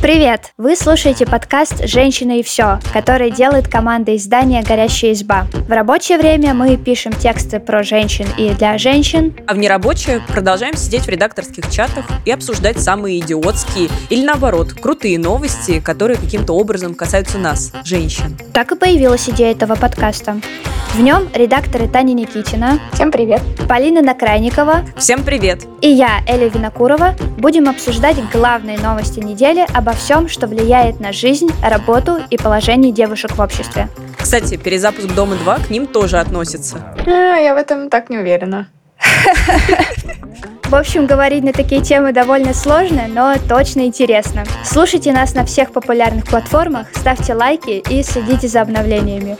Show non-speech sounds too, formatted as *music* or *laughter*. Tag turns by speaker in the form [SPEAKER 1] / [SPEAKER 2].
[SPEAKER 1] Привет! Вы слушаете подкаст «Женщина и все», который делает команда издания «Горящая изба». В рабочее время мы пишем тексты про женщин и для женщин.
[SPEAKER 2] А в нерабочее продолжаем сидеть в редакторских чатах и обсуждать самые идиотские или, наоборот, крутые новости, которые каким-то образом касаются нас, женщин.
[SPEAKER 1] Так и появилась идея этого подкаста. В нем редакторы Таня Никитина,
[SPEAKER 3] Всем привет!
[SPEAKER 1] Полина Накрайникова
[SPEAKER 2] Всем привет!
[SPEAKER 1] и я, Эля Винокурова, будем обсуждать главные новости недели обо всем, что влияет на жизнь, работу и положение девушек в обществе.
[SPEAKER 2] Кстати, перезапуск «Дома-2» к ним тоже относится.
[SPEAKER 3] А, *laughs* я в этом так не уверена.
[SPEAKER 1] В общем, говорить на такие темы довольно сложно, но точно интересно. Слушайте нас на всех популярных платформах, ставьте лайки и следите за обновлениями.